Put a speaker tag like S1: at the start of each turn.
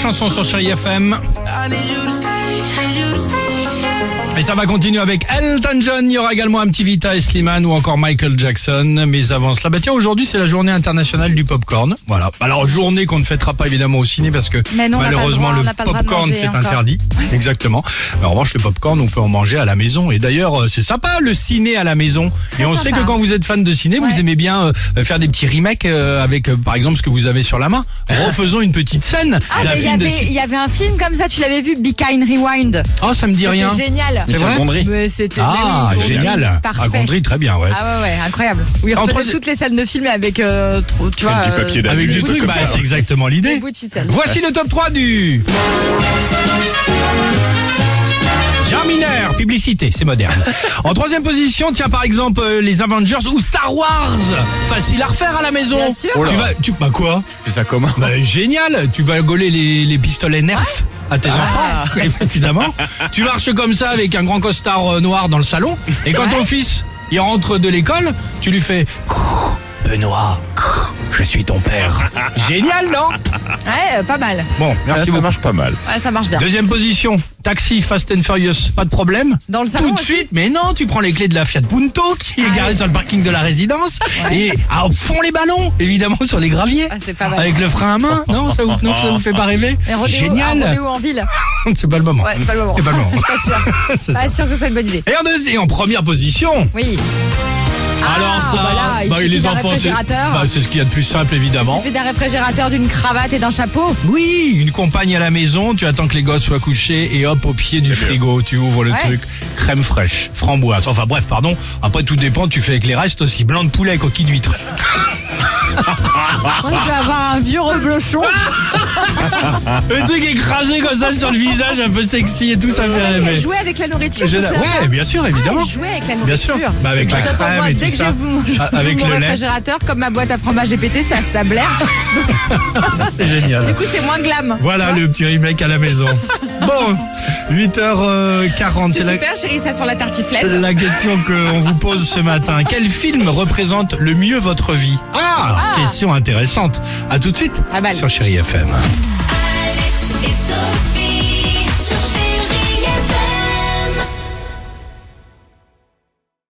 S1: chansons sur Chérie FM.
S2: I need you to stay, need you to stay.
S1: Et ça va continuer avec Elton John. Il y aura également un petit Vita et Slimane ou encore Michael Jackson. Mais avant cela, bah tiens, aujourd'hui c'est la journée internationale du popcorn. Voilà. Alors journée qu'on ne fêtera pas évidemment au ciné parce que
S3: Mais non, on n'a pas le
S1: malheureusement
S3: droit, on
S1: le,
S3: n'a pas le droit de
S1: popcorn
S3: manger
S1: c'est
S3: encore.
S1: interdit. Exactement. Mais en revanche, le popcorn on peut en manger à la maison. Et d'ailleurs, euh, c'est sympa le ciné à la maison. et on
S3: sympa.
S1: sait que quand vous êtes fan de ciné, vous
S3: Ouais.
S1: aimez bien euh, faire des petits remakes euh, avec, euh, par exemple, ce que vous avez sur la main. Refaisons une petite scène
S3: Ah,
S1: d'un
S3: mais il y
S1: film de
S3: avait- il
S1: ciné.
S3: y avait un film comme ça, tu l'avais vu, Be Kind Rewind.
S1: Oh, ça me dit rien.
S3: C'était génial.
S1: C'est vrai
S4: Michel Gondry.
S3: Mais c'était
S1: Ah,
S3: mais oui,
S1: génial.
S3: Parfait.
S1: À Gondry, très bien, ouais.
S3: Ah ouais, ouais, incroyable. Oui, il
S1: En
S3: refaisait
S1: troisi-
S3: toutes les scènes de film avec, euh, trop- tu vois,
S4: Un petit
S3: euh,
S4: papier d'alu,
S1: Avec
S4: des
S1: du
S4: trucs
S1: truc,
S4: comme
S1: bah,
S4: ça.
S1: c'est exactement
S3: des
S1: l'idée.
S3: bouts de ficelle.
S1: Voici le top 3 du. Jean Mineur, publicité, c'est moderne. En troisième position, tiens par exemple euh, les Avengers ou Star Wars. Facile à refaire à la maison.
S3: Bien sûr.
S4: Oh là.
S1: tu vas, tu, bah quoi
S4: C'est ça comment
S1: Bah génial, tu vas gauler les, les pistolets Nerf à tes
S4: Ah.
S1: enfants, évidemment. Tu marches comme ça avec un grand costard euh, noir dans le salon, et quand ton fils il rentre de l'école, tu lui fais Crrr, Benoît, crrr, je suis ton père. Génial, non
S3: Ouais, euh, pas mal.
S1: Bon,
S4: Ah,
S1: merci
S4: Ça
S1: beaucoup.
S4: marche pas mal.
S3: Ouais, ça marche bien.
S1: Deuxième position, taxi Fast and Furious, pas de problème.
S3: Dans le salon
S1: Tout de
S3: aussi Ah
S1: suite, mais non, tu prends les clés de la Fiat Punto qui est garée sur le parking de la résidence et à fond les ballons, évidemment sur les graviers.
S3: Ah, c'est pas mal.
S1: Avec le frein à main, non, ça vous, non, ça vous fait pas rêver
S3: Mais rodéo- un
S1: Génial
S3: rodéo en ville.
S1: C'est pas le moment.
S3: ah, Ouais, c'est pas le moment.
S1: C'est pas le moment.
S3: Pas sûr.
S1: C'est ça.
S3: Pas sûr que ce soit une bonne idée.
S1: Et en, deuxi- et en première position,
S3: Oui.
S1: alors ça,
S3: Ah, voilà, il
S1: bah,
S3: suffit
S1: les
S3: d'un
S1: enfants, c'est
S3: réfrigérateur.
S1: bah, c'est ce qu'il y a de plus simple
S3: Il
S1: évidemment.
S3: suffit d'un réfrigérateur, d'une cravate et d'un chapeau.
S1: Oui, une compagne à la maison, tu attends que les gosses soient couchés et hop, au pied du frigo, tu ouvres le
S3: Ouais.
S1: truc. Crème fraîche, framboise, enfin bref, pardon. Après, tout dépend, tu fais avec les restes aussi. Blanc de poulet, coquille d'huître.
S3: Moi, je vais avoir un vieux reblochon.
S1: Ah, Le truc écrasé comme ça sur le visage, un peu sexy et tout, ça fait
S3: Parce que
S1: rêver.
S3: jouer avec la nourriture.
S1: Je-
S3: c'est ça
S1: Ouais, bien sûr, évidemment.
S3: Ah, jouer avec la
S1: Bien
S3: nourriture.
S1: sûr, bah avec la
S3: De toute façon,
S1: crème
S3: moi,
S1: et
S3: dès
S1: tout
S3: que
S1: ça,
S3: je vous- je
S1: Ah,
S3: vous
S1: avec
S3: mon
S1: le lait,
S3: réfrigérateur, comme ma boîte à fromage GPT, ça, ça blaire.
S1: c'est génial.
S3: Du coup, c'est moins glam.
S1: Voilà
S3: tu vois.
S1: le petit remake à la maison. Bon, 8h40,
S3: C'est
S1: c'est la,
S3: super, chérie, ça sent la tartiflette.
S1: la question qu'on vous pose ce matin. Quel film représente le mieux votre vie ah, question intéressante. À tout de suite
S3: Pas mal.
S1: sur Chéri FM.
S5: Alex et Sophie.